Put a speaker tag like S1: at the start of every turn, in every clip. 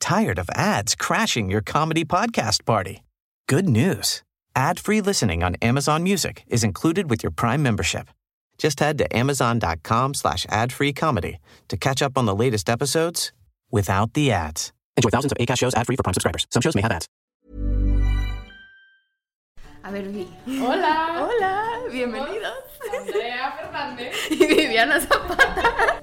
S1: tired of ads crashing your comedy podcast party? Good news. Ad-free listening on Amazon Music is included with your Prime membership. Just head to amazon.com slash ad-free comedy to catch up on the latest episodes without the ads. Enjoy thousands of ACAST shows ad-free for Prime subscribers. Some shows may have ads.
S2: A ver, Vi.
S3: Hola.
S2: Hola, bienvenidos.
S3: Andrea Fernández.
S2: Y Viviana Zapata.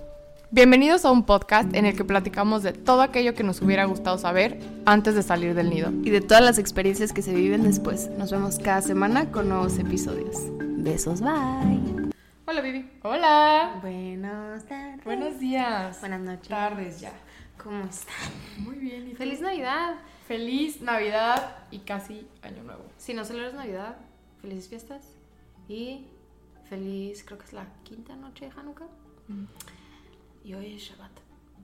S3: Bienvenidos a un podcast en el que platicamos de todo aquello que nos hubiera gustado saber antes de salir del nido.
S2: Y de todas las experiencias que se viven después. Nos vemos cada semana con nuevos episodios. Besos, bye.
S3: Hola, Vivi. Hola.
S2: Buenos tardes.
S3: Buenos días.
S2: Buenas noches.
S3: Tardes ya.
S2: ¿Cómo están?
S3: Muy bien. ¿y tú?
S2: Feliz Navidad.
S3: Feliz Navidad y casi Año Nuevo.
S2: Si no celebras Navidad, felices fiestas. Y feliz, creo que es la quinta noche de Hanukkah.
S3: Mm.
S2: Y hoy es Shabbat,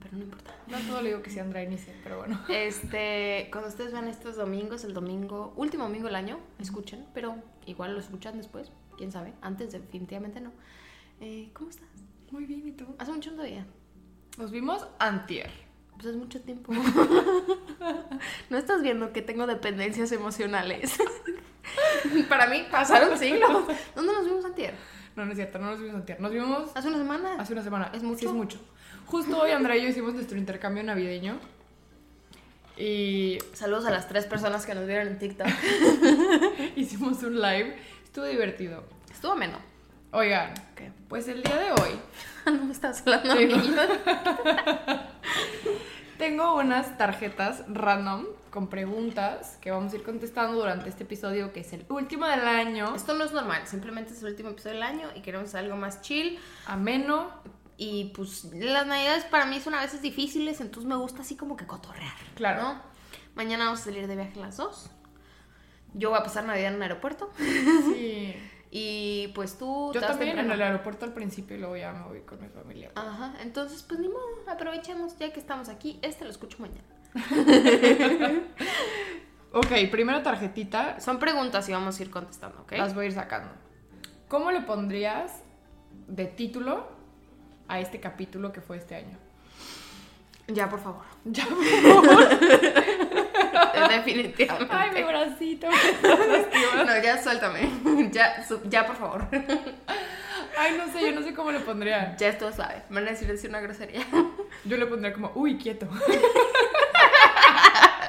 S2: pero no importa.
S3: No todo le digo que sea Andrea Nice, pero bueno.
S2: Este, cuando ustedes vean estos domingos, el domingo, último domingo del año, escuchen, pero igual lo escuchan después, quién sabe, antes definitivamente no. Eh, ¿Cómo estás?
S3: Muy bien, ¿y tú?
S2: Hace mucho no te veía.
S3: Nos vimos antier.
S2: Pues es mucho tiempo. no estás viendo que tengo dependencias emocionales. Para mí pasaron siglos. ¿Dónde nos vimos antier?
S3: No, no es cierto, no nos vimos antier. Nos vimos
S2: Hace una semana.
S3: hace una semana.
S2: ¿Es
S3: Sí,
S2: mucho?
S3: es mucho. Justo hoy Andrea y yo hicimos nuestro intercambio navideño. Y
S2: Saludos a las tres personas que nos vieron en TikTok.
S3: hicimos un live. Estuvo divertido.
S2: Estuvo ameno.
S3: Oigan,
S2: ¿Qué?
S3: pues el día de hoy
S2: no me estás hablando a
S3: Sí.
S2: mí.
S3: tengo unas tarjetas random con preguntas que vamos a ir contestando durante este episodio que es el último del año,
S2: Esto no es normal, simplemente es el último episodio del año y queremos algo más chill.
S3: ameno.
S2: Y pues las navidades para mí son a veces difíciles, entonces me gusta así como que cotorrear.
S3: Claro.
S2: ¿no? Mañana vamos a salir de viaje a las dos. Yo voy a pasar Navidad en un aeropuerto.
S3: Sí.
S2: Y pues tú. te
S3: Yo
S2: vas
S3: también en
S2: temprano.
S3: el aeropuerto al principio y luego ya me voy con mi familia.
S2: Ajá, entonces pues ni modo, aprovechemos ya que estamos aquí. Este lo escucho mañana.
S3: Ok, primera tarjetita,
S2: Son preguntas y vamos a ir contestando, ¿ok?
S3: las voy a ir sacando. ¿Cómo le pondrías de título a este capítulo que fue este año?
S2: Ya, por favor.
S3: Ya, por favor.
S2: Definitivamente.
S3: Ay, mi bracito.
S2: no, ya suéltame. Ya, su- ya, por favor.
S3: Ay, no sé, yo no sé cómo le pondría.
S2: Ya estuvo suave. Me van a decir decir una grosería.
S3: Yo le pondría como, uy, quieto.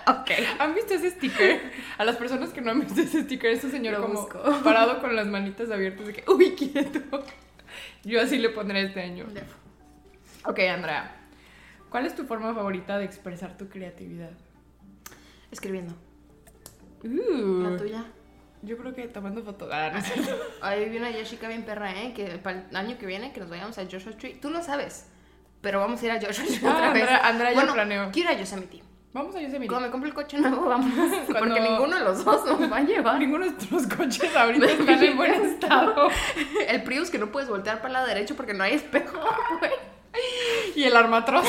S2: ok.
S3: ¿Han visto ese sticker? A las personas que no han visto ese sticker, ese señor
S2: Lo
S3: como
S2: busco.
S3: parado con las manitas abiertas de que, uy, quieto. Yo así le pondré este año. Ok, Andrea. ¿Cuál es tu forma favorita de expresar tu creatividad?
S2: Escribiendo.
S3: Uh,
S2: La tuya.
S3: yo creo que tomando fotos. Ah, no es cierto.
S2: Ahí vi una chica bien perra, ¿eh? Que para el año que viene que nos vayamos a Joshua Tree. Tú no sabes, pero vamos a ir a Joshua Tree
S3: Ah,
S2: otra vez.
S3: Andrea- Andrea ya
S2: bueno,
S3: planeó.
S2: Quiero ir a Yosemite.
S3: Vamos a Yosemite.
S2: Cuando me compre el coche nuevo, vamos.
S3: Cuando-
S2: Porque ninguno de los dos nos va a llevar.
S3: Ninguno de nuestros coches ahorita están en buen estado.
S2: El Prius que no puedes voltear para el lado derecho porque no hay espejo, güey.
S3: Y el armatroz.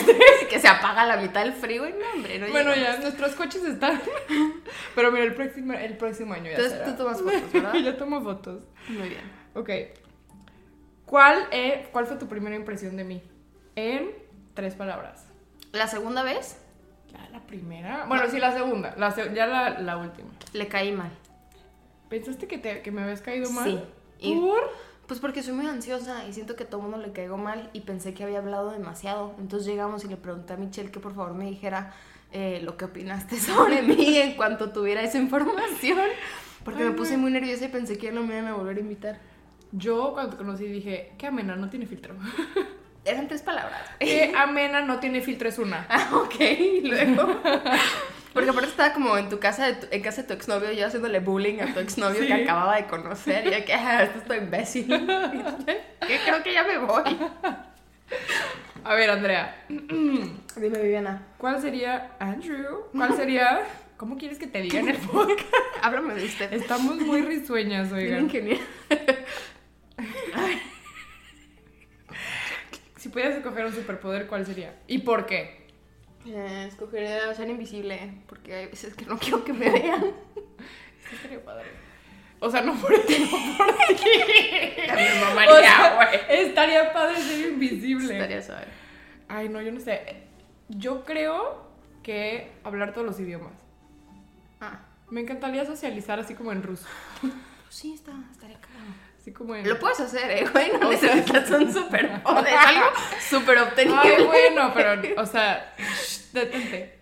S2: Que se apaga a la mitad del frío. y No, hombre, no
S3: Bueno,
S2: llegamos.
S3: ya, nuestros coches están. Pero mira, el próximo, el próximo año ya
S2: Entonces
S3: será.
S2: tú tomas fotos, ¿verdad?
S3: Yo tomo fotos.
S2: Muy bien.
S3: Ok. ¿Cuál, eh, ¿Cuál fue tu primera impresión de mí? En tres palabras.
S2: La segunda vez
S3: La, la primera. Bueno, sí, la segunda. La se- ya la, la última.
S2: le caí mal.
S3: ¿Pensaste que, te, que me habías caído mal?
S2: Sí. Y-
S3: ¿Por?
S2: Pues porque soy muy ansiosa y siento que a todo mundo le caigo mal y pensé que había hablado demasiado. Entonces llegamos y le pregunté a Michelle que por favor me dijera eh, lo que opinaste sobre mí en cuanto tuviera esa información. Porque
S3: Ay,
S2: me puse
S3: güey.
S2: muy nerviosa y pensé que ya no me iban a volver a invitar.
S3: Yo cuando te conocí dije, qué amena, no tiene filtro.
S2: Eran tres palabras.
S3: qué amena, no tiene filtro es una.
S2: Ah, ok, y luego. Porque aparte estaba como en tu casa, de tu- en casa de tu exnovio, yo haciéndole bullying a tu exnovio
S3: Sí.
S2: que acababa de conocer. Y yo que, ah, esto está imbécil. que creo que ya me voy.
S3: A ver, Andrea,
S2: Dime, Viviana.
S3: ¿cuál sería, Andrew, cuál sería, cómo quieres que te diga en el podcast?
S2: Háblame de usted.
S3: Estamos muy risueñas,
S2: Bien
S3: oigan.
S2: ingeniero.
S3: Si pudieras escoger un superpoder, ¿cuál sería? ¿Y por qué?
S2: Eh, escogería ser invisible, porque hay veces que no quiero que me vean.
S3: Sí, sería padre. O sea, no por ti, no por ti.
S2: mamaría,
S3: O sea, estaría padre ser invisible.
S2: Estaría suave.
S3: Ay, no, yo no sé. Yo creo que hablar todos los idiomas.
S2: Ah,
S3: Me encantaría socializar así como en ruso.
S2: pues sí, está, estaría cagado.
S3: Así como en...
S2: Lo puedes hacer, ¿eh, güey? No
S3: O sea-
S2: necesitas un superpoder, algo súper obtenible.
S3: Ay, bueno, pero, o sea, shh, detente.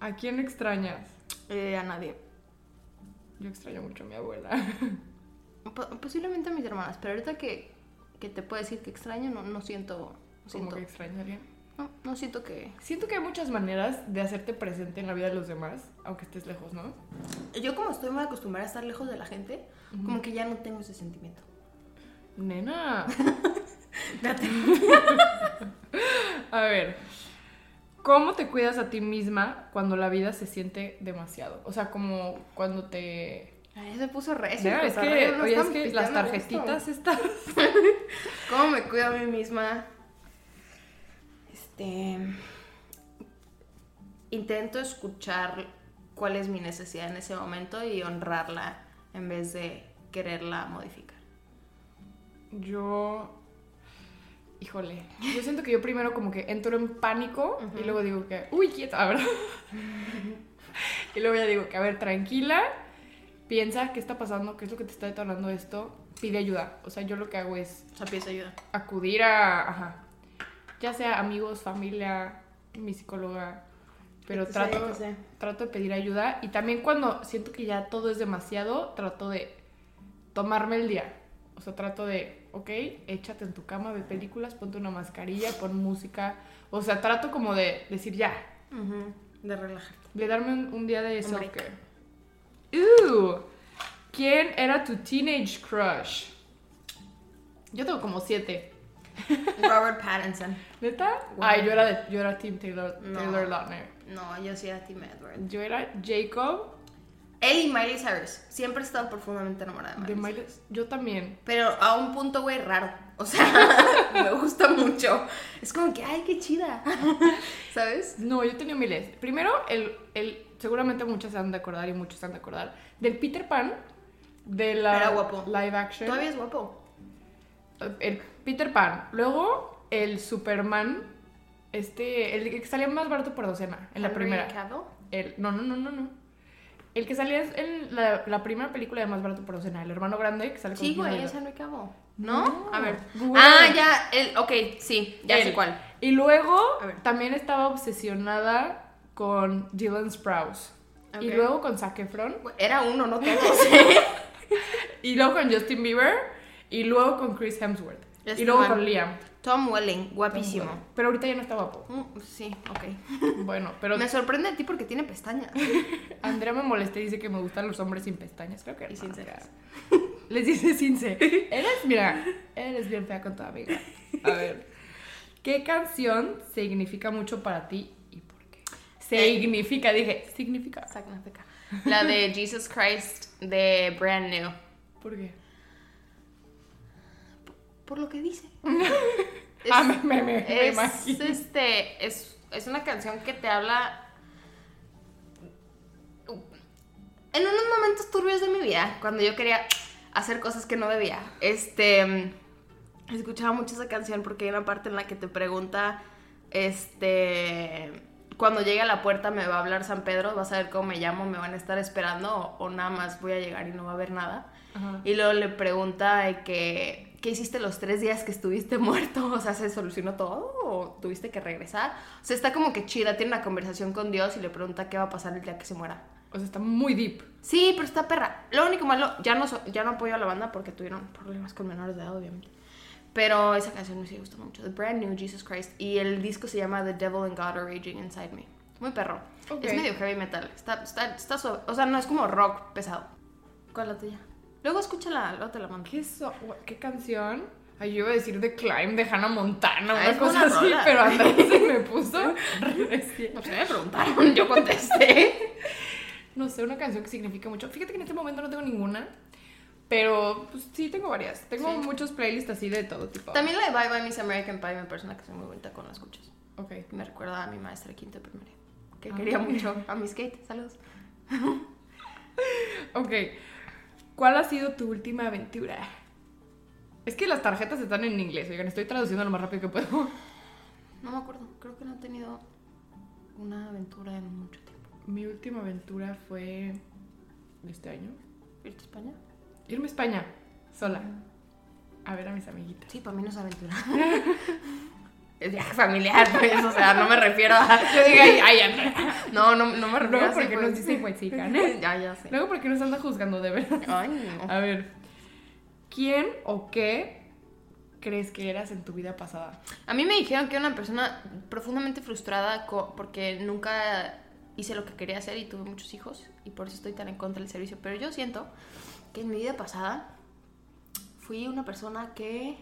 S3: ¿A quién extrañas?
S2: Eh, a nadie.
S3: Yo extraño mucho a mi abuela.
S2: Po- posiblemente a mis hermanas, pero ahorita que, que te puedo decir que extraño, no, no siento... no
S3: Como
S2: siento
S3: que extraño a alguien.
S2: no, no siento que...
S3: Siento que hay muchas maneras de hacerte presente en la vida de los demás, aunque estés lejos, ¿no?
S2: Yo como estoy muy acostumbrada a estar lejos de la gente, como que ya no tengo ese sentimiento.
S3: Nena. A ver. ¿Cómo te cuidas a ti misma cuando la vida se siente demasiado? O sea, como cuando te...
S2: Ay, se puso recio.
S3: Nena,
S2: el
S3: es que,
S2: cotorreo, no
S3: oye, es
S2: estamos
S3: que las
S2: pisteando a gusto.
S3: tarjetitas estas...
S2: ¿Cómo me cuido a mí misma? Este. Intento escuchar cuál es mi necesidad en ese momento y honrarla en vez de quererla modificar.
S3: Yo. Híjole. Yo siento que yo primero como que entro en pánico y luego digo que, uy, quieta, a ver. y luego ya digo que, a ver, tranquila, piensa qué está pasando, qué es lo que te está detonando esto, pide ayuda. O sea, yo lo que hago es
S2: O sea, pides ayuda.
S3: acudir a. Ajá. Ya sea amigos, familia, mi psicóloga. Pero
S2: Etc,
S3: trato,
S2: etc.
S3: trato de pedir ayuda. Y también cuando siento que ya todo es demasiado, trato de tomarme el día. O sea, trato de, ok, échate en tu cama, ve películas, ponte una mascarilla, pon música. O sea, trato como de decir ya,
S2: De relajarte.
S3: de darme un, un día de
S2: break.
S3: self-care. Ew. ¿Quién era tu teenage crush? Yo tengo como siete.
S2: Robert Pattinson.
S3: ¿Neta?
S2: Wow.
S3: Ay, yo era, de- yo era Team Taylor,
S2: No.
S3: Taylor Lautner.
S2: No, yo sí era Tim Edward.
S3: Yo era Jacob
S2: Él y Miley Cyrus. Siempre he estado profundamente enamorada de Miley.
S3: de
S2: Cyrus.
S3: Miley. Yo también.
S2: Pero a un punto, güey, raro. O sea, me gusta mucho. Es como que, ay, qué chida. ¿Sabes?
S3: No, yo tenía miles. Primero, el, el, seguramente muchas se han de acordar y muchos se han de acordar. Del Peter Pan, de la
S2: Era guapo.
S3: live action.
S2: Todavía es guapo.
S3: El Peter Pan. Luego, el Superman. Este, el que salía más barato por docena, en la
S2: Henry
S3: primera.
S2: Cavill.
S3: El, no, no, no, no, no. El que salía en la, la primera película de Más Barato por Docena, el hermano grande que sale con
S2: Sí,
S3: Keanu
S2: güey,
S3: Reeves.
S2: es Henry Cavill. ¿No?
S3: No.
S2: A ver.
S3: Google.
S2: Ah, ya, el, ok, sí, ya
S3: Él.
S2: sé cuál.
S3: Y luego
S2: A ver.
S3: también estaba obsesionada con Dylan Sprouse. Y
S2: Ok.
S3: luego con Zac Efron.
S2: Güey, Era uno, no tengo.
S3: Y luego con Justin Bieber. Y luego con Chris Hemsworth.
S2: Ya
S3: y luego
S2: está mal.
S3: con Liam.
S2: Tom Welling, guapísimo.
S3: Pero ahorita ya no está guapo.
S2: Mm, sí, ok.
S3: Bueno, pero
S2: Me sorprende a ti porque tiene pestañas.
S3: Andrea me molesta y dice que me gustan los hombres sin pestañas. Creo que
S2: Y
S3: no,
S2: sin
S3: o
S2: cejas.
S3: sea, Les dice sin cejas. Eres, mira, eres bien fea con tu amiga. A ver. ¿Qué canción significa mucho para ti y por qué? Significa, dije, significa.
S2: Sagnáfica. La de Jesus Christ de Brand New.
S3: ¿Por qué?
S2: Por lo que dice.
S3: ah, me, me, me, me
S2: es
S3: imagino.
S2: este es, es una canción que te habla en unos momentos turbios de mi vida cuando yo quería hacer cosas que no debía este escuchaba mucho esa canción porque hay una parte en la que te pregunta este cuando llegue a la puerta me va a hablar San Pedro vas a ver cómo me llamo me van a estar esperando o, o nada más voy a llegar y no va a haber nada
S3: Ajá.
S2: y luego le pregunta de que, ¿qué hiciste los tres días que estuviste muerto? O sea, ¿se solucionó todo o tuviste que regresar? O sea, está como que chida, tiene una conversación con Dios y le pregunta qué va a pasar el día que se muera.
S3: O sea, está muy deep.
S2: Sí, pero está perra. Lo único malo, ya no, so- ya no apoyo a la banda porque tuvieron problemas con menores de edad, obviamente. Pero esa canción me sigue gustando mucho. The Brand New Jesus Christ. Y el disco se llama The Devil and God Are Raging Inside Me. Muy perro.
S3: Ok.
S2: Es medio heavy metal. Está, está, está suave. O sea, no es como rock pesado. ¿Cuál la tuya? Luego escúchala, luego te la mando.
S3: ¿Qué, so- ¿Qué canción? Ay, yo iba a decir The Climb de Hannah
S2: Ah,
S3: Montana, una
S2: es
S3: cosa
S2: buena
S3: así,
S2: rola.
S3: pero Andrea se me puso recién.
S2: No sé, me preguntaron, yo contesté.
S3: No sé, una canción que significa mucho. Fíjate que en este momento no tengo ninguna, pero pues, sí tengo varias. Tengo
S2: Sí.
S3: muchos playlists así de todo tipo.
S2: También la de Bye Bye Miss American Pie me parece una canción muy bonita cuando la escuchas.
S3: Ok.
S2: Me recuerda a mi maestra de quinto de primaria, que
S3: Ah.
S2: quería mucho a Miss Kate. Saludos.
S3: Ok. ¿Cuál ha sido tu última aventura? Es que las tarjetas están en inglés, oigan, estoy traduciendo lo más rápido que puedo.
S2: No me acuerdo, creo que no he tenido una aventura en mucho tiempo.
S3: Mi última aventura fue de este año.
S2: ¿Irte a España?
S3: Irme a España, sola, a ver a mis amiguitas.
S2: Sí, para mí no es aventura. es viaje familiar, pues, o sea, no me refiero a...
S3: Yo dije, ay, ay, Andrea.
S2: No, no, no me refiero
S3: Luego
S2: a...
S3: porque nos dicen huexicanes.
S2: Ya, ya sé.
S3: Luego, ¿por qué nos anda juzgando de verdad?
S2: Ay, no.
S3: A ver, ¿quién o qué crees que eras en tu vida pasada?
S2: A mí me dijeron que era una persona profundamente frustrada co- porque nunca hice lo que quería hacer y tuve muchos hijos y por eso estoy tan en contra del servicio. Pero yo siento que en mi vida pasada fui una persona que...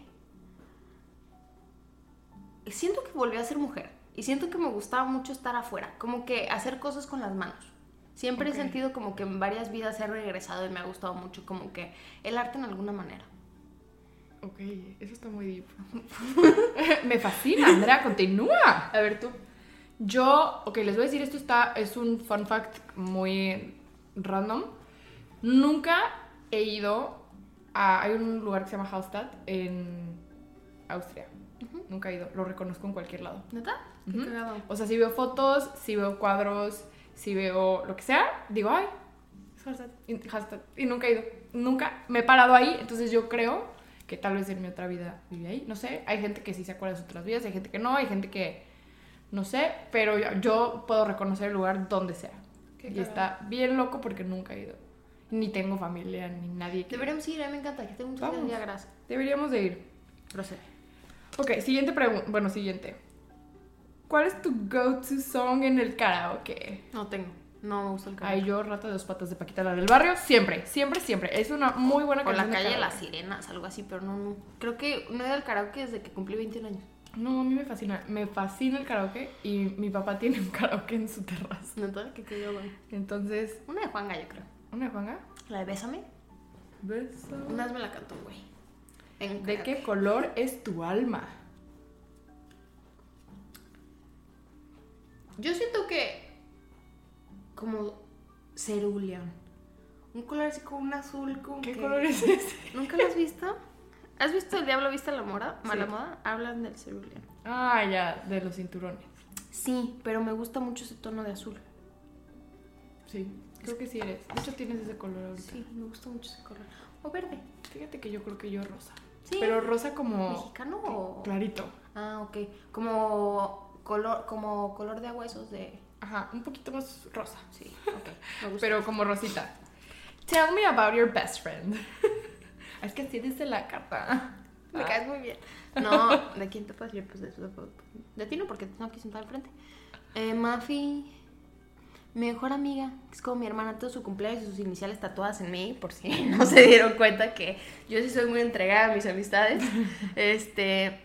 S2: Siento que volví a ser mujer y siento que me gustaba mucho estar afuera, como que hacer cosas con las manos. Siempre
S3: Ok.
S2: he sentido como que en varias vidas he regresado y me ha gustado mucho como que el arte en alguna manera.
S3: Ok, eso está muy deep. Me fascina, Andrea, continúa. A ver tú. Yo, ok, les voy a decir, esto está, es un fun fact muy random. Nunca he ido a, hay un lugar que se llama Hallstatt en Austria. Nunca he ido, lo reconozco en cualquier lado.
S2: ¿Neta? Qué
S3: Ujú.
S2: cagado.
S3: O sea, si veo fotos, si veo cuadros, si veo lo que sea, digo, ay, es Hallstatt, y- Hallstatt. Y nunca he ido, nunca me he parado ahí. Entonces yo creo que tal vez en mi otra vida viví ahí. No sé, hay gente que sí se acuerda de sus otras vidas, hay gente que no, hay gente que no sé, pero yo, yo puedo reconocer el lugar donde sea.
S2: Qué
S3: y
S2: cagado.
S3: está bien loco porque nunca he ido. Ni tengo familia, ni nadie. que-
S2: Deberíamos ir, a mí me encanta, que tengo muchas
S3: Vamos.
S2: ganas de ir a Graz.
S3: Deberíamos de ir.
S2: Lo sé.
S3: Ok, siguiente pregunta. Bueno, siguiente. ¿Cuál es tu go-to song en el karaoke?
S2: No tengo. No me gusta el
S3: Ay,
S2: karaoke.
S3: yo rata de dos patas de Paquita, la del barrio, siempre, siempre, siempre. Es una muy buena
S2: O la
S3: canción. de
S2: calle de
S3: karaoke.
S2: las sirenas, algo así, pero no, no. Creo que no he ido al karaoke desde que cumplí 21 años.
S3: No, a mí me fascina. Me fascina el karaoke y mi papá tiene un karaoke en su terraza.
S2: ¿No te que quedó bueno.
S3: Entonces,
S2: Una de Juanga, yo creo.
S3: ¿una Juanga?
S2: La de Bésame.
S3: Beso.
S2: Una vez me la cantó, un güey. En un
S3: ¿De
S2: karaoke.
S3: qué color es tu alma?
S2: Yo siento que. Como. Cerulean. Un color así como un azul, como.
S3: ¿Qué
S2: que-
S3: color es ese?
S2: ¿Nunca lo has visto? ¿Has visto El Diablo Viste a la Moda?
S3: Sí.
S2: Mala Moda. Hablan del cerulean.
S3: Ah, ya, de los cinturones.
S2: Sí, pero me gusta mucho ese tono de azul.
S3: Sí, creo que sí eres. De hecho, tienes ese color ahorita.
S2: Sí, me gusta mucho ese color. O verde.
S3: Fíjate que yo creo que yo rosa.
S2: Sí.
S3: Pero rosa como...
S2: ¿Mexicano o...?
S3: Clarito.
S2: Ah, ok. Como color, como color de agua esos de...
S3: Ajá, un poquito más rosa.
S2: Sí, ok. Me gusta.
S3: Pero como Rosita. Tell me about your best friend. Ah. es que así dice la carta.
S2: Me caes muy bien. No, ¿de quién te puedes ir? Pues de, de- de ti no, porque tengo aquí sentada al frente. Eh, Mafi, mi mejor amiga, que es como mi hermana, todo su cumpleaños y sus iniciales tatuadas en mí, por si no se dieron cuenta que yo sí soy muy entregada a mis amistades. Este,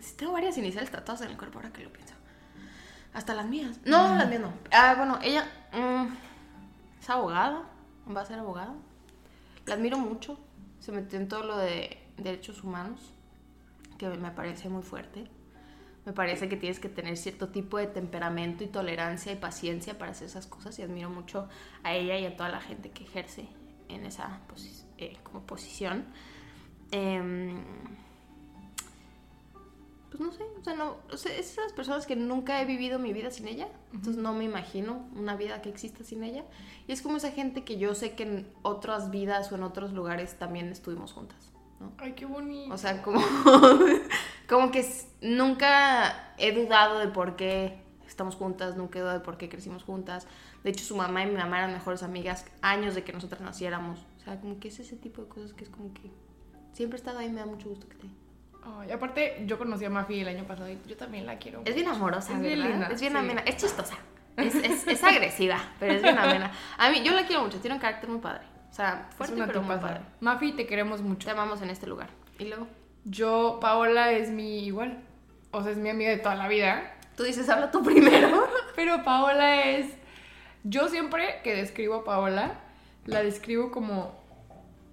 S2: sí tengo varias iniciales tatuadas en el cuerpo ahora que lo pienso. Hasta las mías. No, las mías no. Ah, bueno, ella mm, es abogada, va a ser abogada. La admiro mucho. Se metió en todo lo de derechos humanos, que me parece muy fuerte. Me parece que tienes que tener cierto tipo de temperamento y tolerancia y paciencia para hacer esas cosas. Y admiro mucho a ella y a toda la gente que ejerce en esa posi- eh, como posición. Em, pues no sé, o sea, no, o sea, es esas personas que nunca he vivido mi vida sin ella, entonces no me imagino una vida que exista sin ella. Y es como esa gente que yo sé que en otras vidas o en otros lugares también estuvimos juntas, ¿no?
S3: Ay, qué bonito.
S2: O sea, como, como que s- nunca he dudado de por qué estamos juntas, nunca he dudado de por qué crecimos juntas. De hecho, su mamá y mi mamá eran mejores amigas años de que nosotras naciéramos. O sea, como que es ese tipo de cosas que es como que siempre he estado ahí, me da mucho gusto que esté.
S3: Ay, aparte, yo conocí a Mafi el año pasado y yo también la quiero.
S2: Es bien amorosa,
S3: Es bien
S2: ¿verdad?
S3: linda,
S2: Es bien
S3: sí.
S2: amena, es chistosa. Es, es- es agresiva, pero es bien amena. A mí, yo la quiero mucho, tiene un carácter muy padre. O sea, fuerte,
S3: una
S2: pero muy
S3: tipaza.
S2: padre.
S3: Mafi, te queremos
S2: Te
S3: mucho.
S2: amamos en este lugar. Y luego,
S3: Yo, Paola es mi igual. O sea, es mi amiga de toda la vida.
S2: tú dices, habla tú primero.
S3: Pero Paola es. Yo siempre que describo a Paola, la describo como.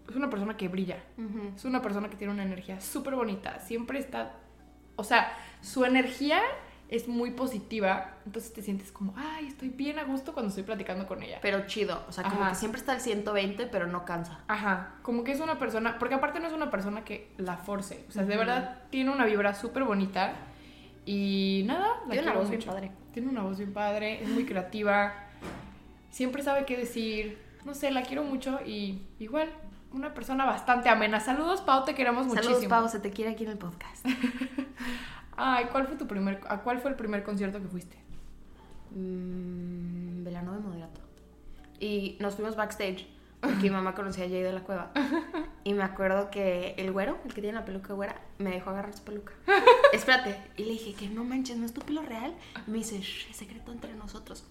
S3: Es una persona que brilla.
S2: Ujú.
S3: Es una persona que tiene una energía súper bonita. Siempre está. O sea, su energía es muy positiva. Entonces te sientes como, ay, estoy bien a gusto cuando estoy platicando con ella.
S2: pero chido. O sea, como
S3: Ajá.
S2: que siempre está al 120, pero no cansa.
S3: Ajá, como que es una persona, porque aparte no es una persona que la force, o sea, de verdad tiene una vibra súper bonita y nada, la
S2: Tiene una
S3: quiero
S2: voz bien
S3: mucho.
S2: padre.
S3: Tiene una voz bien padre, es muy creativa, siempre sabe qué decir. No sé, la quiero mucho y igual, una persona bastante amena. Saludos, Pau, te queremos muchísimo.
S2: Saludos, Pau, se te quiere aquí en el podcast.
S3: Ay, ¿cuál fue tu primer, ¿a cuál fue el primer concierto que fuiste?
S2: Mm, Belanova y Moderato. Y nos fuimos backstage porque mi mamá conocía a Jay de la cueva. Y me acuerdo que el güero, el que tiene la peluca güera, me dejó agarrar su peluca. Espérate. Y le dije, que no manches, ¿no es tu pelo real? Y me dice, "Shh, es secreto entre nosotros.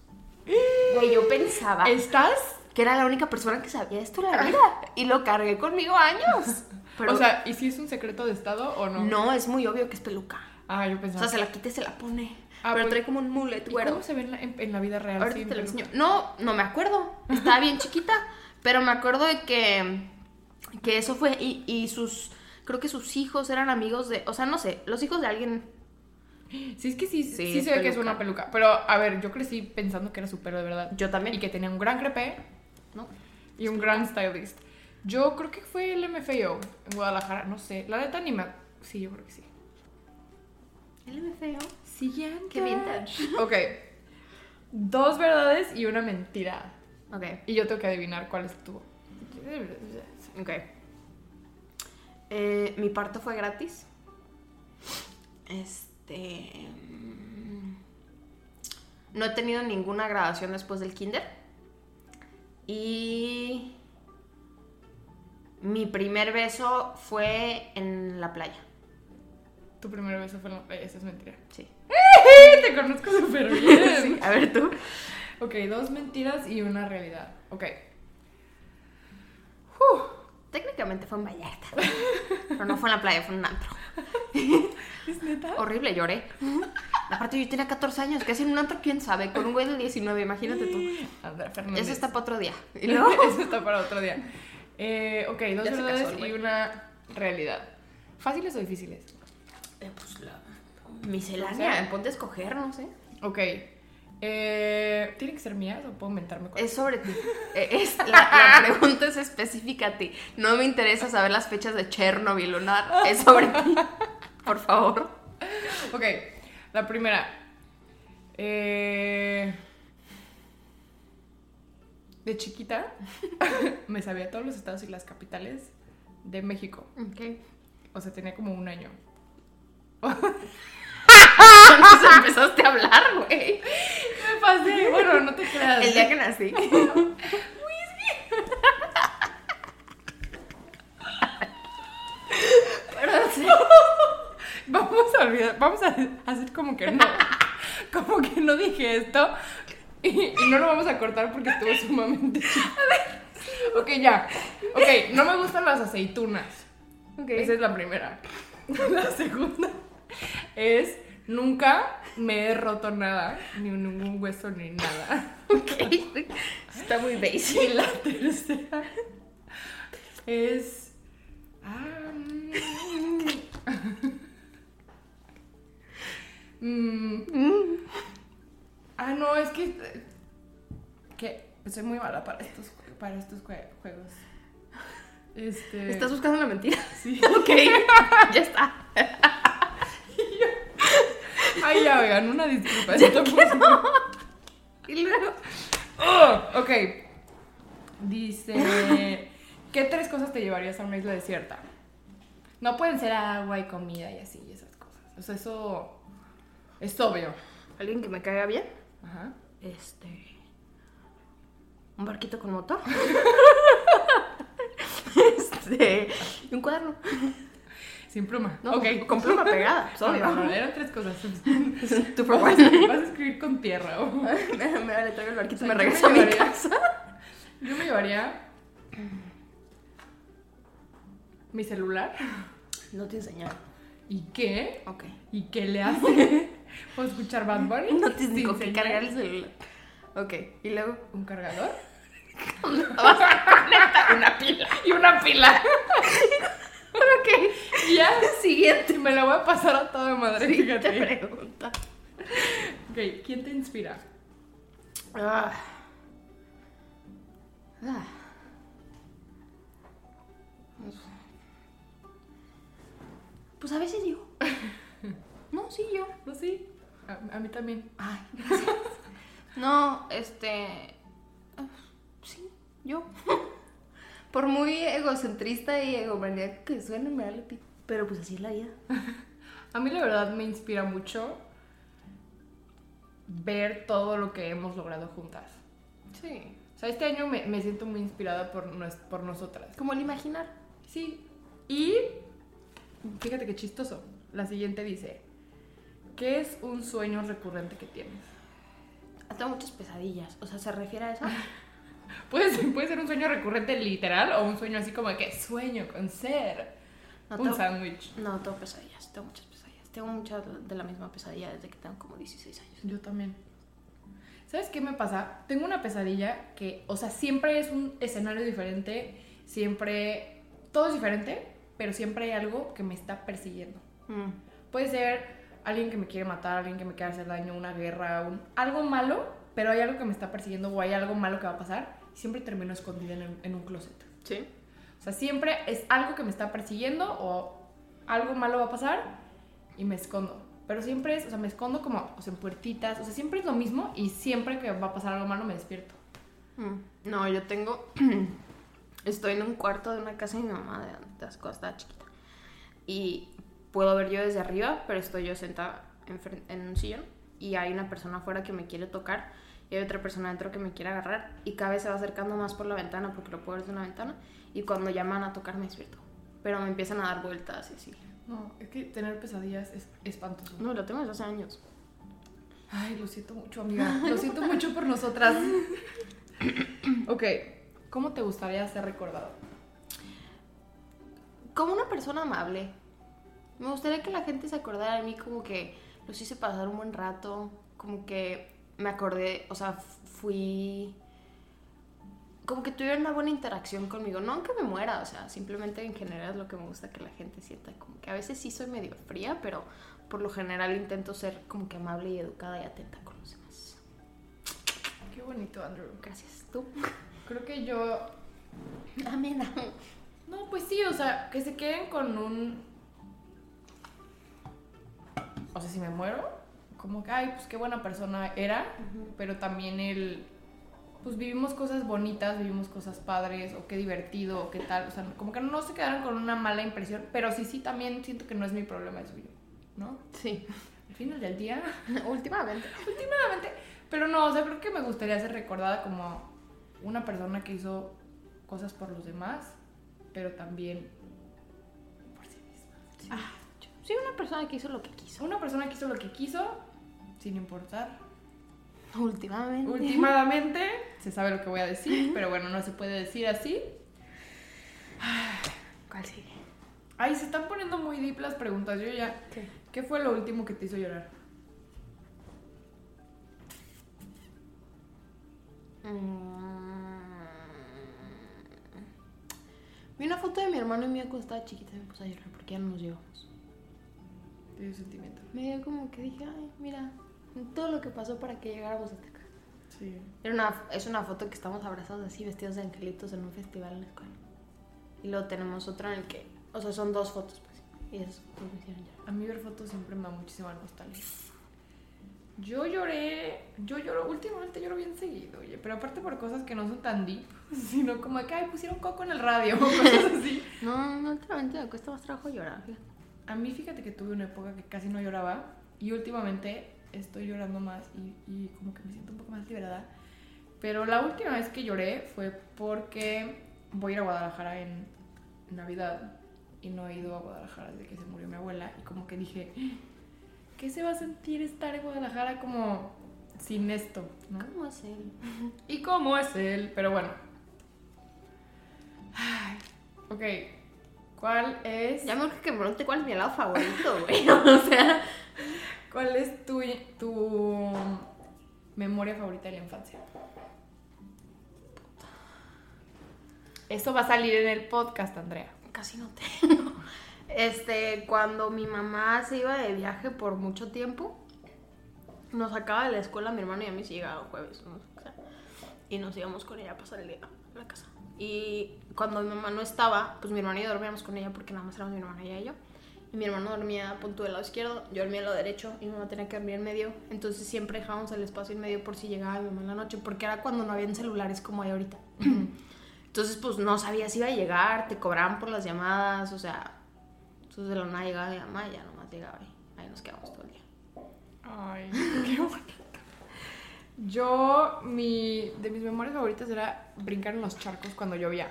S2: Güey, yo pensaba
S3: ¿Estás?
S2: que era la única persona que sabía esto en la vida. Y lo cargué conmigo años. Pero,
S3: o sea, ¿y si es un secreto de estado o no?
S2: no, es muy obvio que es peluca.
S3: Ah, yo
S2: O
S3: pensaba.
S2: sea, se la quita y se la pone.
S3: Ah,
S2: pero
S3: pues-
S2: trae como un mullet,
S3: ¿Y
S2: güero.
S3: ¿Cómo se ve en la, en- en la vida real?
S2: Ahorita
S3: sin
S2: te lo
S3: peluca?
S2: enseño. No, no me acuerdo. Estaba bien chiquita. Pero me acuerdo de que, que eso fue. Y, y sus. Creo que sus hijos eran amigos de. O sea, no sé. Los hijos de alguien.
S3: Sí, es que sí, sí,
S2: Sí,
S3: se
S2: es
S3: ve que es
S2: peluca.
S3: una peluca. Pero, a ver, yo crecí pensando que era su pelo de verdad.
S2: Yo también.
S3: Y que tenía un gran crepe
S2: ¿no?
S3: y un gran stylist. Yo creo que fue el MFAO en Guadalajara, no sé. La neta ni me... Sí, yo creo que sí.
S2: Él me feo.
S3: Siguiente.
S2: Qué vintage.
S3: Ok. Dos verdades y una mentira.
S2: Ok,
S3: Y yo tengo que adivinar cuál es tu.
S2: ok. Eh, mi parto fue gratis. Este. mm, No he tenido ninguna grabación después del kinder. Y. Mi primer beso fue en la playa.
S3: Tu primer beso fue en la playa, eso es mentira.
S2: Sí.
S3: Te conozco súper bien.
S2: Sí, A ver tú.
S3: Ok, dos mentiras y una realidad. Ok.
S2: Técnicamente fue en Vallarta. Pero no fue en la playa, fue en un antro.
S3: ¿Es neta?
S2: Horrible, lloré. Aparte, yo tenía 14 años. ¿Qué hacía en un antro? ¿Quién sabe? Con un güey de 19, imagínate tú.
S3: Andrea Fernández.
S2: Eso está para otro día. Y luego.
S3: Eso está para otro día. Eh, ok, dos
S2: Ya se
S3: verdades
S2: casó el güey.
S3: y una realidad. ¿Fáciles o difíciles?
S2: Eh, pues la
S3: O
S2: miscelánea,
S3: sea,
S2: ponte a escoger, no sé.
S3: Ok. Eh, ¿Tienen que ser mías o puedo inventarme cuál?
S2: Es sobre ti. Eh, es- la, la pregunta es específica a ti. No me interesa saber las fechas de Chernobyl o nada. Es sobre ti. Por favor.
S3: Ok, la primera. Eh, de chiquita me sabía todos los estados y las capitales de México.
S2: Ok.
S3: O sea, tenía como un año.
S2: Nos empezaste a hablar, güey.
S3: Me pasé. Bueno, no te creas.
S2: El día que nací. Perdón, sí.
S3: Vamos a olvidar, vamos a hacer como que no, como que no dije esto y, y no lo vamos a cortar porque estuvo sumamente chido. Ok, ya. Ok, no me gustan las aceitunas.
S2: Ok.
S3: Esa es la primera. La segunda es nunca me he roto nada, ni ningún hueso ni nada.
S2: Ok. Está muy basic.
S3: Y la tercera es ah, mm. Mm. Ah, no, es que. Que soy muy mala para estos, para estos jue- juegos. Este.
S2: ¿Estás buscando la mentira?
S3: Sí.
S2: Ok. Ya está.
S3: Ay, ya, oigan, una disculpa. esto fue-
S2: Y luego.
S3: Oh, ok. Dice. ¿Qué tres cosas te llevarías a una isla desierta? No pueden ser agua y comida y así, y esas cosas. O sea, eso. Es obvio.
S2: ¿Alguien que me caiga bien?
S3: Ajá.
S2: Este. Un barquito con motor. este. Y un cuaderno.
S3: Sin pluma.
S2: No,
S3: ok.
S2: con pluma pegada, pues,
S3: No,
S2: obvio.
S3: no, no, eran tres cosas.
S2: Tu
S3: Vas
S2: propuesta.
S3: a, vas a escribir con tierra. o-
S2: me vale, traigo el barquito y
S3: Yo
S2: me regreso a mi
S3: llevaría-
S2: casa.
S3: Yo me llevaría. Mi celular.
S2: No te enseñaron.
S3: ¿Y qué?
S2: Ok.
S3: ¿Y qué le hace? ¿Puedo escuchar Bad Bunny?
S2: No te
S3: Sin
S2: enseñó que
S3: señal.
S2: cargar el celular. Ok. Y luego.
S3: ¿Un cargador?
S2: Vas a conectar una pila.
S3: Y una pila.
S2: Ok.
S3: Y ya.
S2: Siguiente.
S3: Me la voy a pasar a toda madre,
S2: Siguiente
S3: fíjate.
S2: pregunta.
S3: Ok, ¿quién te inspira?
S2: Ah. Ah. Pues a veces yo. No, sí, yo.
S3: No sé. A, a mí también.
S2: Ay, gracias. No, este. ah, Sí, yo. Por muy egocentrista y egomaníaco que suene, me da la pi- Pero pues así es la vida.
S3: A mí la verdad me inspira mucho ver todo lo que hemos logrado juntas.
S2: Sí.
S3: O sea, este año me, me siento muy inspirada por, nos- por nosotras.
S2: Como el imaginar.
S3: Sí. Y fíjate qué chistoso. La siguiente dice, ¿qué es un sueño recurrente que tienes?
S2: Tengo muchas pesadillas. O sea, ¿se refiere a eso?
S3: Puede ser, puede ser un sueño recurrente literal o un sueño así como de que sueño con ser
S2: No,
S3: un
S2: tengo-
S3: sándwich.
S2: No, tengo pesadillas. Tengo muchas pesadillas. Tengo muchas de la misma pesadilla desde que tengo como 16 años.
S3: Yo también. ¿Sabes qué me pasa? Tengo una pesadilla que, o sea, siempre es un escenario diferente, siempre todo es diferente, pero siempre hay algo que me está persiguiendo.
S2: Mm.
S3: Puede ser alguien que me quiere matar, alguien que me quiere hacer daño, una guerra, un- algo malo, pero hay algo que me está persiguiendo o hay algo malo que va a pasar. Siempre termino escondida en, un- en un closet.
S2: Sí.
S3: O sea, siempre es algo que me está persiguiendo o algo malo va a pasar y me escondo. Pero siempre es, o sea, me escondo como o sea, en puertitas, o sea, siempre es lo mismo y siempre que va a pasar algo malo me despierto.
S2: Mm. No, yo tengo. Estoy en un cuarto de una casa de mi mamá de antes, cuando estaba chiquita. Y puedo ver yo desde arriba, pero estoy yo sentada enfren- en un sillón. Y hay una persona afuera que me quiere tocar. Y hay otra persona adentro que me quiere agarrar. Y cada vez se va acercando más por la ventana, porque lo puedo ver desde una ventana. Y cuando llaman a tocar, me despierto. Pero me empiezan a dar vueltas y así.
S3: No, es que tener pesadillas es espantoso.
S2: No, lo tengo desde hace años.
S3: Ay, lo siento mucho, amiga. Lo siento mucho por nosotras. ok, ¿cómo te gustaría ser recordado?
S2: como una persona amable. Me gustaría que la gente se acordara de mí como que los hice pasar un buen rato, como que me acordé, o sea, f- fui... Como que tuvieron una buena interacción conmigo, no aunque me muera, o sea, simplemente en general es lo que me gusta que la gente sienta, como que a veces sí soy medio fría, pero por lo general intento ser como que amable y educada y atenta con los demás.
S3: Qué bonito, Andrew.
S2: Gracias, tú.
S3: Creo que yo
S2: Amén.
S3: No, pues sí, o sea, que se queden con un. O sea, si me muero, como que, ay, pues qué buena persona era, pero también el. Pues vivimos cosas bonitas, vivimos cosas padres, o qué divertido, o qué tal. O sea, como que no se quedaron con una mala impresión, pero sí, sí, también siento que no es mi problema, es suyo, ¿no?
S2: Sí,
S3: Al final del día.
S2: últimamente.
S3: Últimamente. Pero no, o sea, creo que me gustaría ser recordada como una persona que hizo cosas por los demás, pero también por sí misma.
S2: Sí, una persona que hizo lo que quiso.
S3: Una persona que hizo lo que quiso, sin importar.
S2: Últimamente.
S3: Últimamente, se sabe lo que voy a decir, pero bueno, no se puede decir así.
S2: ¿Cuál sigue?
S3: Ay, se están poniendo muy deep las preguntas. Yo ya.
S2: ¿Qué?
S3: ¿Qué fue lo último que te hizo llorar?
S2: Mm. Vi una foto de mi hermano y mía cuando estaba chiquita y me puse a llorar porque ya no nos llevamos.
S3: Te dio sentimiento.
S2: Me dio como que dije, ay, mira, todo lo que pasó para que llegáramos hasta acá.
S3: Sí.
S2: Era una, es una foto que estamos abrazados así, vestidos de angelitos en un festival en la escuela. Y luego tenemos otra en el que, o sea, son dos fotos, pues. Y eso me hicieron llorar.
S3: A mí ver fotos siempre me da muchísima nostalgia. Yo lloré, yo lloro, últimamente lloro bien seguido, oye, pero aparte por cosas que no son tan deep, sino como que, ay, pusieron coco en el radio, o cosas así.
S2: No, no, últimamente me cuesta más trabajo llorar. fíjate.
S3: A mí fíjate que tuve una época que casi no lloraba y últimamente estoy llorando más y, y como que me siento un poco más liberada. Pero la última vez que lloré fue porque voy a ir a Guadalajara en Navidad y no he ido a Guadalajara desde que se murió mi abuela y como que dije, "Ah, ¿qué se va a sentir estar en Guadalajara como sin esto? ¿no?
S2: ¿Cómo es él?
S3: ¿Y cómo es él? Pero bueno. Ay, ok, ¿cuál es...
S2: Ya me urge que me pregunte cuál es mi helado favorito, güey. O sea,
S3: ¿Cuál es tu, tu memoria favorita de la infancia? Esto va a salir en el podcast, Andrea.
S2: casi no tengo. Este, cuando mi mamá se iba de viaje por mucho tiempo, nos sacaba de la escuela mi hermano y a mí se llegaba jueves, ¿no? O sea, y nos íbamos con ella a pasar el día a la casa. Y cuando mi mamá no estaba, pues mi hermano y yo dormíamos con ella porque nada más éramos mi hermana y ella y yo. Y Mi hermano dormía punto del lado izquierdo, yo dormía del lado derecho y mi mamá tenía que dormir en medio. Entonces siempre dejábamos el espacio en medio por si llegaba mi mamá en la noche, porque era cuando no habían celulares como hay ahorita. Entonces, pues no sabías si iba a llegar, te cobraban por las llamadas, o sea. Entonces de la nada llegaba mi mamá y ya nomás llegaba y ahí nos quedamos todo el día.
S3: Ay, qué bonito. Yo, mi, de mis memorias favoritas era brincar en los charcos cuando llovía.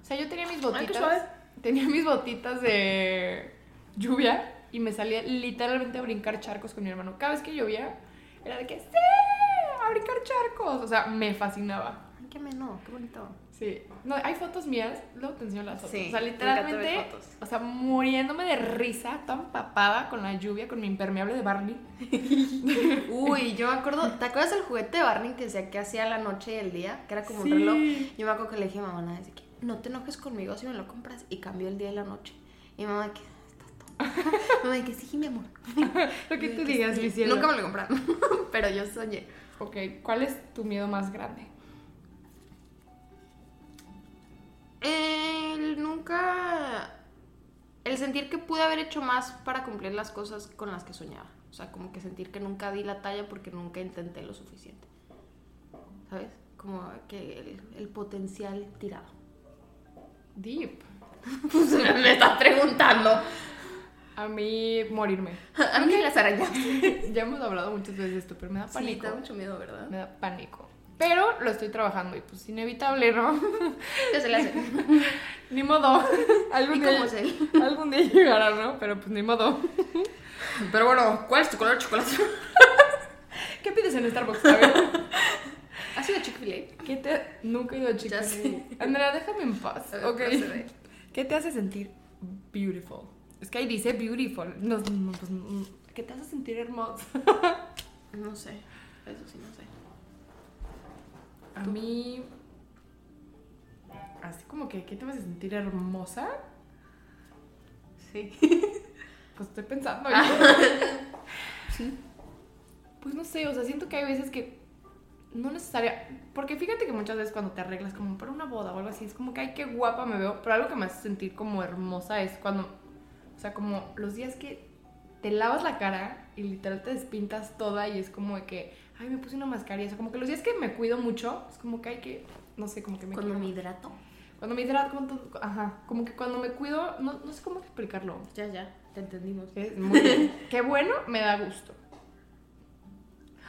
S3: O sea, yo tenía mis
S2: Ay, qué suave.
S3: botitas. tenía mis botitas de lluvia y me salía literalmente a brincar charcos con mi hermano. Cada vez que llovía, era de que ¡Sí! ¡A brincar charcos! O sea, me fascinaba.
S2: Ay, qué ameno, qué bonito.
S3: Sí. No, hay fotos mías, luego te enseño las fotos.
S2: Sí,
S3: o sea,
S2: me encanta ver
S3: literalmente,
S2: fotos.
S3: o sea, muriéndome de risa, tan papada con la lluvia, con mi impermeable de Barney.
S2: Uy, yo me acuerdo, ¿te acuerdas del juguete de Barney que decía que hacía la noche y el día? Que era como
S3: Sí.
S2: un reloj. Yo me acuerdo que le dije a mamá una vez de que no te enojes conmigo si me lo compras y cambió el día y la noche. Y mamá de que estás tonta. mamá de que sí, mi amor.
S3: Lo que
S2: Yo
S3: tú
S2: de que
S3: digas,
S2: sí.
S3: mi cielo.
S2: Nunca me lo compraron, pero yo soñé.
S3: Ok, ¿cuál es tu miedo más grande?
S2: El nunca. El sentir que pude haber hecho más para cumplir las cosas con las que soñaba. O sea, como que sentir que nunca di la talla porque nunca intenté lo suficiente. ¿Sabes? Como que el, el potencial tirado.
S3: Deep.
S2: Pues me estás preguntando.
S3: A mí morirme.
S2: A mí las arañas.
S3: ya hemos hablado muchas veces de esto, pero me da
S2: Sí,
S3: pánico.
S2: te da mucho miedo, ¿verdad?
S3: me da pánico. Pero lo estoy trabajando y pues inevitable, ¿no?
S2: Ya se le hace.
S3: ni modo. algún,
S2: ¿Y
S3: día,
S2: cómo es él?
S3: algún día llegará, ¿no? Pero pues ni modo.
S2: Pero bueno, ¿cuál es tu color de chocolate?
S3: ¿Qué pides en Starbucks? A ver,
S2: ¿Has sido Chick-fil-A?
S3: ¿Qué te... Nunca he ido a chica.
S2: Ya sé.
S3: Andrea, déjame en paz.
S2: A ver,
S3: ok.
S2: procede.
S3: ¿Qué te hace sentir beautiful? Es que ahí dice beautiful. No, no, pues, no. ¿Qué te hace sentir hermosa?
S2: No sé. Eso sí, no sé.
S3: A mí. Así como que, ¿qué te vas a sentir hermosa?
S2: Sí.
S3: Pues estoy pensando.
S2: Ah.
S3: Pues no sé, o sea, siento que hay veces que no necesaria. Porque fíjate que muchas veces cuando te arreglas como para una boda o algo así, es como que, ay, qué guapa me veo. Pero algo que me hace sentir como hermosa es cuando. O sea, como los días que te lavas la cara y literal te despintas toda y es como de que, ay, me puse una mascarilla. O sea, como que los días que me cuido mucho, es como que hay que. No sé, como que me
S2: Cuando
S3: quiero-
S2: me hidrato.
S3: Cuando me hidrato, cuando- ajá, como que cuando me cuido, no, no sé cómo explicarlo.
S2: Ya, ya. Te entendimos.
S3: Es muy bien. Qué bueno, me da gusto.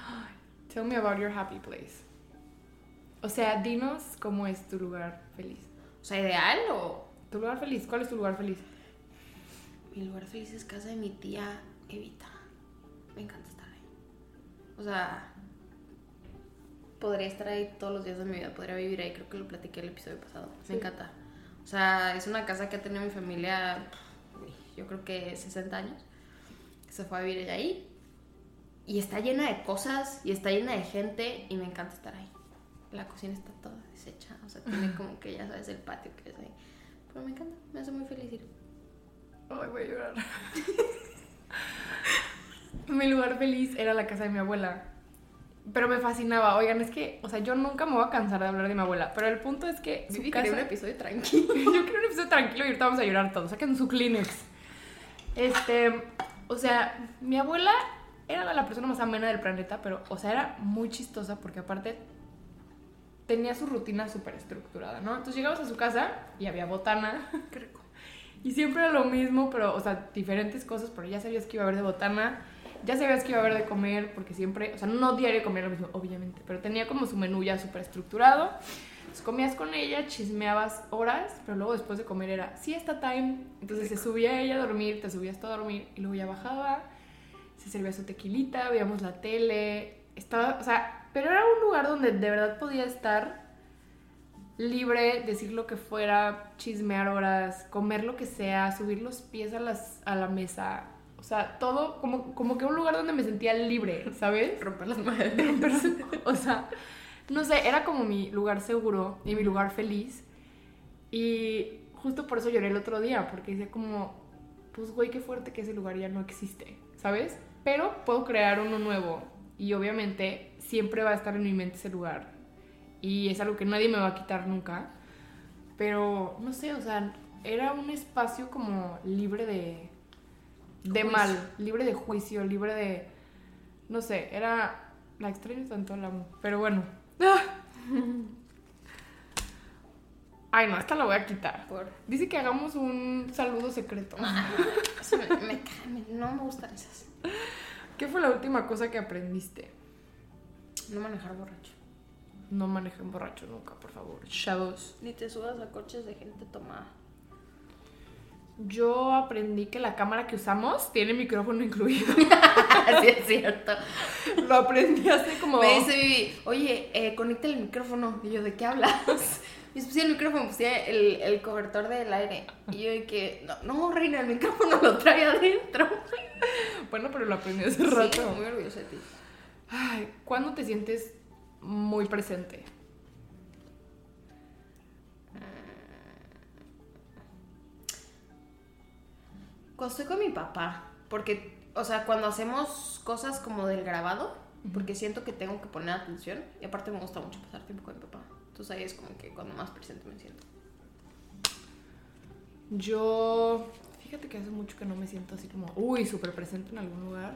S3: Ay, Tell me about your happy place. O sea, dinos cómo es tu lugar feliz.
S2: O sea, ideal o.
S3: ¿Tu lugar feliz? ¿Cuál es tu lugar feliz?
S2: Mi lugar feliz es casa de mi tía Evita. Me encanta estar ahí. O sea, podría estar ahí todos los días de mi vida, podría vivir ahí, creo que lo platiqué el episodio pasado.
S3: Sí.
S2: Me encanta. O sea, es una casa que ha tenido mi familia, pff, uy, yo creo que 60 años, que se fue a vivir ella ahí. Y está llena de cosas, y está llena de gente, y me encanta estar ahí. La cocina está toda deshecha, o sea, tiene como que, ya sabes, el patio que es ahí. Pero me encanta, me hace muy feliz ir.
S3: Ay, voy a llorar. mi lugar feliz era la casa de mi abuela. Pero me fascinaba. Oigan, es que, o sea, yo nunca me voy a cansar de hablar de mi abuela. Pero el punto es que su
S2: Vivi
S3: casa...
S2: quería un episodio tranquilo.
S3: Yo quiero un episodio tranquilo y ahorita vamos a llorar todos. Saquen su Kleenex. Este, o sea, mi abuela era la persona más amena del planeta, pero, o sea, era muy chistosa porque aparte tenía su rutina súper estructurada, ¿no? Entonces llegabas a su casa y había botana. Qué rico. Y siempre era lo mismo, pero, o sea, diferentes cosas, pero ya sabías que iba a haber de botana, ya sabías que iba a haber de comer, porque siempre, o sea, no diario comía lo mismo, obviamente, pero tenía como su menú ya súper estructurado. Entonces comías con ella, chismeabas horas, pero luego después de comer era siesta time. Entonces se subía ella a dormir, te subías tú a dormir y luego ya bajaba, se servía su tequilita, veíamos la tele. Estaba, o sea, pero era un lugar donde de verdad podía estar libre, decir lo que fuera, chismear horas, comer lo que sea, subir los pies a, las, a la mesa. O sea, todo como, como que un lugar donde me sentía libre, ¿sabes?
S2: Romper las madres.
S3: pero, o sea, no sé, era como mi lugar seguro y mi lugar feliz. Y justo por eso lloré el otro día, porque decía como, pues güey, qué fuerte que ese lugar ya no existe, ¿sabes? Pero puedo crear uno nuevo y obviamente siempre va a estar en mi mente ese lugar. Y es algo que nadie me va a quitar nunca. Pero, no sé, o sea, era un espacio como libre de, de
S2: Juicio.
S3: mal, libre de juicio, libre de. No sé, era. La extraño tanto, la amo. Pero bueno. ¡Ah! Ay, no, esta la voy a quitar.
S2: Por...
S3: Dice que hagamos un saludo secreto.
S2: Eso me, me cae, me- no me gustan esas.
S3: ¿Qué fue la última cosa que aprendiste?
S2: No manejar borracho.
S3: No manejen borracho nunca, por favor. Shadows.
S2: Ni te subas a coches de gente tomada.
S3: Yo aprendí que la cámara que usamos tiene micrófono incluido.
S2: Así es cierto.
S3: Lo aprendí hace como.
S2: Me dice Vivi, oye, eh, conecta el micrófono. Y yo, ¿de qué hablas? Y puse el micrófono, puse el, el cobertor del aire. Y yo de que, no, no, reina, el micrófono lo trae adentro.
S3: Bueno, pero lo aprendí hace
S2: Sí,
S3: rato.
S2: muy orgullosa de ti.
S3: Ay, ¿cuándo te sientes muy presente?
S2: Cuando estoy con mi papá, porque, o sea, cuando hacemos cosas como del grabado, porque siento que tengo que poner atención, y aparte me gusta mucho pasar tiempo con mi papá. Entonces ahí es como que cuando más presente me siento.
S3: Yo. Fíjate que hace mucho que no me siento así como, uy, súper presente en algún lugar.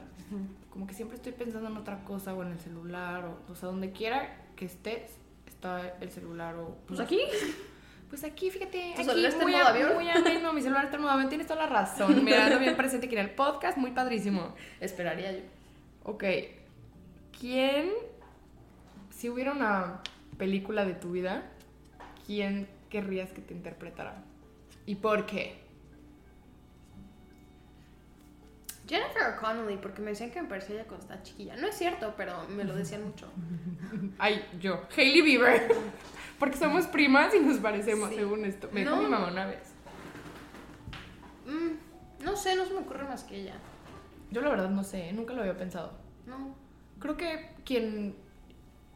S3: Como que siempre estoy pensando en otra cosa o en el celular o, o sea, donde quiera que estés, está el celular o.
S2: Pues aquí,
S3: Pues aquí, fíjate,
S2: ¿Tu
S3: aquí
S2: celular está en
S3: muy,
S2: modo
S3: a-
S2: avión?
S3: muy ameno, mi celular está en modo avión, tienes toda la razón. Me ando bien presente que en el podcast, muy padrísimo.
S2: esperaría yo.
S3: Ok, ¿quién, si hubiera una película de tu vida, quién querrías que te interpretara? ¿Y por qué?
S2: Jennifer Connelly, porque me decían que me parecía ella cuando estaba chiquilla. No es cierto, pero me lo decían mucho.
S3: Ay, yo, Hailey Bieber. Porque somos primas y nos parecemos,
S2: Sí.
S3: según esto. Me dijo
S2: No.
S3: mi mamá una vez.
S2: Mm, no sé, no se me ocurre más que ella.
S3: Yo la verdad no sé, ¿eh? nunca lo había pensado.
S2: No.
S3: Creo que quien.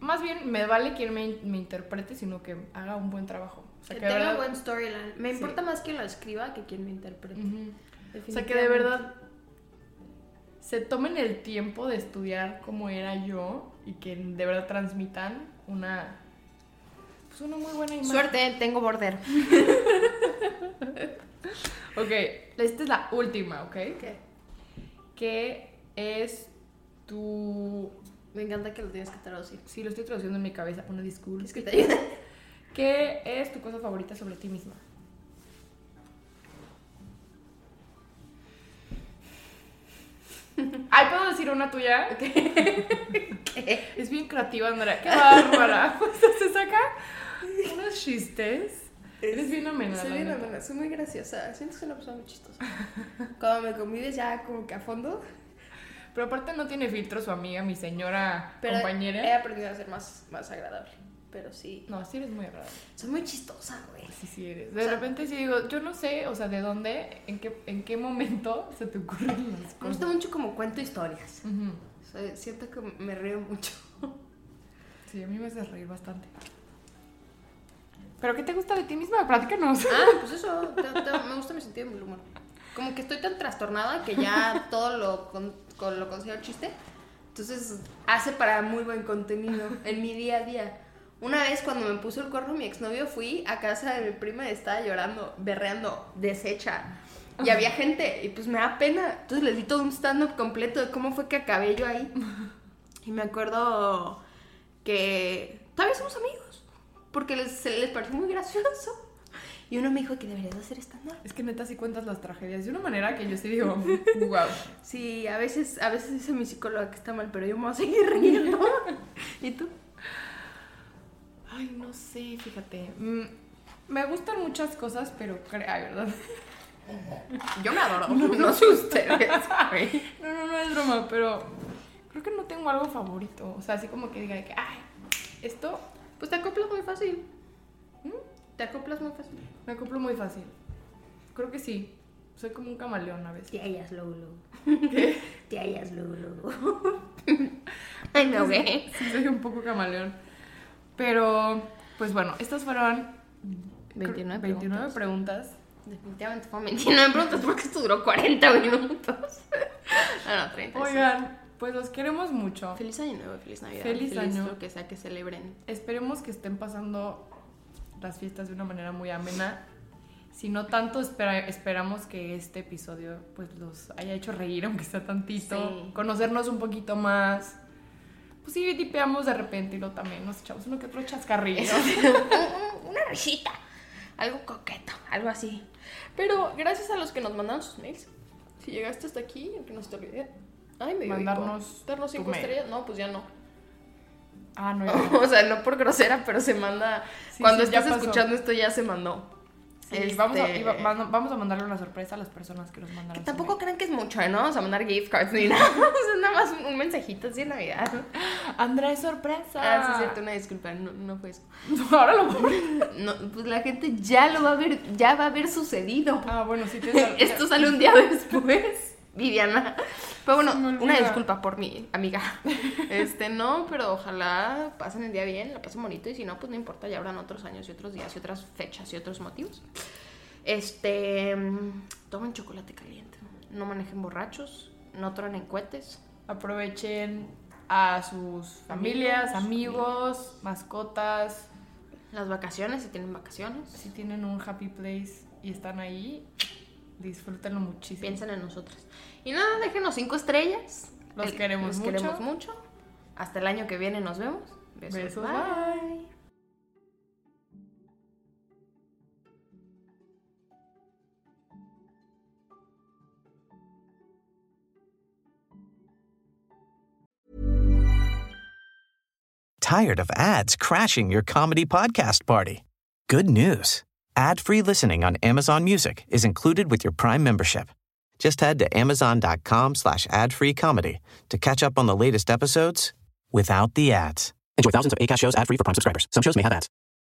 S3: Más bien me vale quien me, me interprete, sino que haga un buen trabajo. O sea,
S2: que
S3: que, de
S2: tenga
S3: verdad-
S2: buen storyline. Me
S3: Sí.
S2: importa más quien lo escriba que quien lo interprete.
S3: Ujú. O sea, que de
S2: Definitivamente.
S3: verdad se tomen el tiempo de estudiar cómo era yo y que de verdad transmitan una. Pues una muy buena imagen.
S2: Suerte, tengo border.
S3: Ok, esta es la última, ¿ok?
S2: ¿Qué?
S3: Que es tu.
S2: Me encanta que lo tienes que traducir.
S3: Sí, lo estoy traduciendo en mi cabeza, una disculpa.
S2: Es que te ayuda.
S3: ¿Qué es tu cosa favorita sobre ti misma? Ay, ¿puedo decir una tuya? Es bien creativa, Andrea. ¡Qué bárbara! O sea, se saca unos chistes. Eres bien amena.
S2: Soy
S3: la
S2: bien
S3: neta.
S2: amena, soy muy graciosa. Siento que soy una persona muy chistosa. Cuando me convives ya como que a fondo.
S3: Pero aparte no tiene filtro su amiga, mi señora
S2: Pero eh, he
S3: compañera.
S2: aprendido a ser más, más agradable. Pero sí.
S3: No, sí eres muy agradable.
S2: Soy muy chistosa, güey.
S3: Sí, sí eres. De
S2: O sea-
S3: repente sí digo, yo no sé, o sea, de dónde, en qué, en qué momento se te ocurren las
S2: Me
S3: cosas.
S2: gusta mucho como cuento historias.
S3: Ujú.
S2: Soy- siento que me río mucho.
S3: Sí, a mí me hace reír bastante. ¿Pero qué te gusta de ti misma? Platícanos.
S2: Ah, pues eso. te- te- me gusta mi sentido del humor. Como que estoy tan trastornada que ya todo lo, con, con- lo considero chiste. Entonces hace para muy buen contenido en mi día a día. Una vez cuando me puso el corno mi exnovio fui a casa de mi prima y estaba llorando, berreando, deshecha. Y había gente y pues me da pena. Entonces les di todo un stand-up completo de cómo fue que acabé yo ahí. Y me acuerdo que todavía somos amigos porque les, se les pareció muy gracioso. Y uno me dijo que deberías de hacer stand-up.
S3: Es que neta sí cuentas las tragedias de una manera que yo sí digo, wow.
S2: Sí, a veces, a veces dice mi psicóloga que está mal, pero yo me voy a seguir riendo. ¿Y tú?
S3: Ay, no sé, fíjate. Mm, me gustan muchas cosas, pero creo, ay, ¿verdad?
S2: Yo me adoro. No, pues. sé ustedes.
S3: No, no, no es broma, pero creo que no tengo algo favorito. O sea, así como que diga de que, ay, esto
S2: Pues te acoplas muy fácil. ¿Mm? Te acoplas muy fácil.
S3: me acoplo muy fácil. Creo que sí. Soy como un camaleón a veces.
S2: Te hallas luego, luego. Te hallas luego, luego. Ay, me ahogué.
S3: Sí, soy un poco camaleón. Pero, pues bueno, estas fueron creo-
S2: 29
S3: 29 preguntas.
S2: Definitivamente fue 29 preguntas porque esto duró 40 minutos. Ah, no, 30. sí.
S3: Oigan, pues los queremos mucho.
S2: Feliz año nuevo, feliz Navidad.
S3: Feliz año.
S2: Lo que sea que celebren.
S3: Esperemos que estén pasando las fiestas de una manera muy amena. Si no tanto, espera- esperamos que este episodio pues los haya hecho reír, aunque sea tantito.
S2: Sí.
S3: Conocernos un poquito más. Pues sí, tipeamos de repente y lo también nos echamos uno que otro chascarrillo.
S2: Una risita, algo coqueto, algo así. Pero gracias a los que nos mandaron sus mails. Si llegaste hasta aquí, aunque no se te olvide. Ay, me dio
S3: Mandarnos
S2: hipo. Darnos
S3: tu
S2: cinco
S3: mail.
S2: estrellas. No, pues ya no.
S3: Ah, no, ya no.
S2: o sea, no por grosera, pero se manda.
S3: Sí,
S2: cuando
S3: sí, ya
S2: estás
S3: pasó.
S2: escuchando esto ya se mandó.
S3: Sí, vamos, a,
S2: Este-
S3: y va- van- vamos a mandarle una sorpresa a las personas que nos mandaron.
S2: Que
S3: su
S2: tampoco crean que es mucho, ¿eh? No vamos a mandar gift cards ni nada. O sea, nada más un mensajito así de Navidad.
S3: mail. Andrés, sorpresa.
S2: Ah, sí, es cierto, una disculpa, no, no fue eso.
S3: Ahora lo pobre.
S2: No, pues la gente ya lo va a ver, ya va a haber sucedido.
S3: Ah, bueno, sí te
S2: Esto sale un día después, Viviana. Pero bueno,
S3: Se me olvida.
S2: una disculpa por mi amiga. Este, no, pero ojalá pasen el día bien, la pasen bonito y si no, pues no importa, ya habrán otros años y otros días y otras fechas y otros motivos. Este, mm, tomen chocolate caliente, no manejen borrachos, no tronen cohetes.
S3: Aprovechen a sus familias, amigos, mascotas.
S2: Las vacaciones, si tienen vacaciones,
S3: Si tienen un happy place y están ahí, disfrútenlo muchísimo.
S2: piensen en nosotros. Y nada, déjenos cinco estrellas.
S3: Los queremos
S2: los
S3: mucho.
S2: queremos mucho. Hasta el año que viene nos vemos. Besos.
S3: Besos,
S2: bye.
S3: bye.
S1: Tired of ads crashing your comedy podcast party? Good news. Ad-free listening on Amazon Music is included with your Prime membership. Just head to amazon.com slash ad-free comedy to catch up on the latest episodes without the ads. Enjoy thousands of ACAST shows ad-free for Prime subscribers. Some shows may have ads.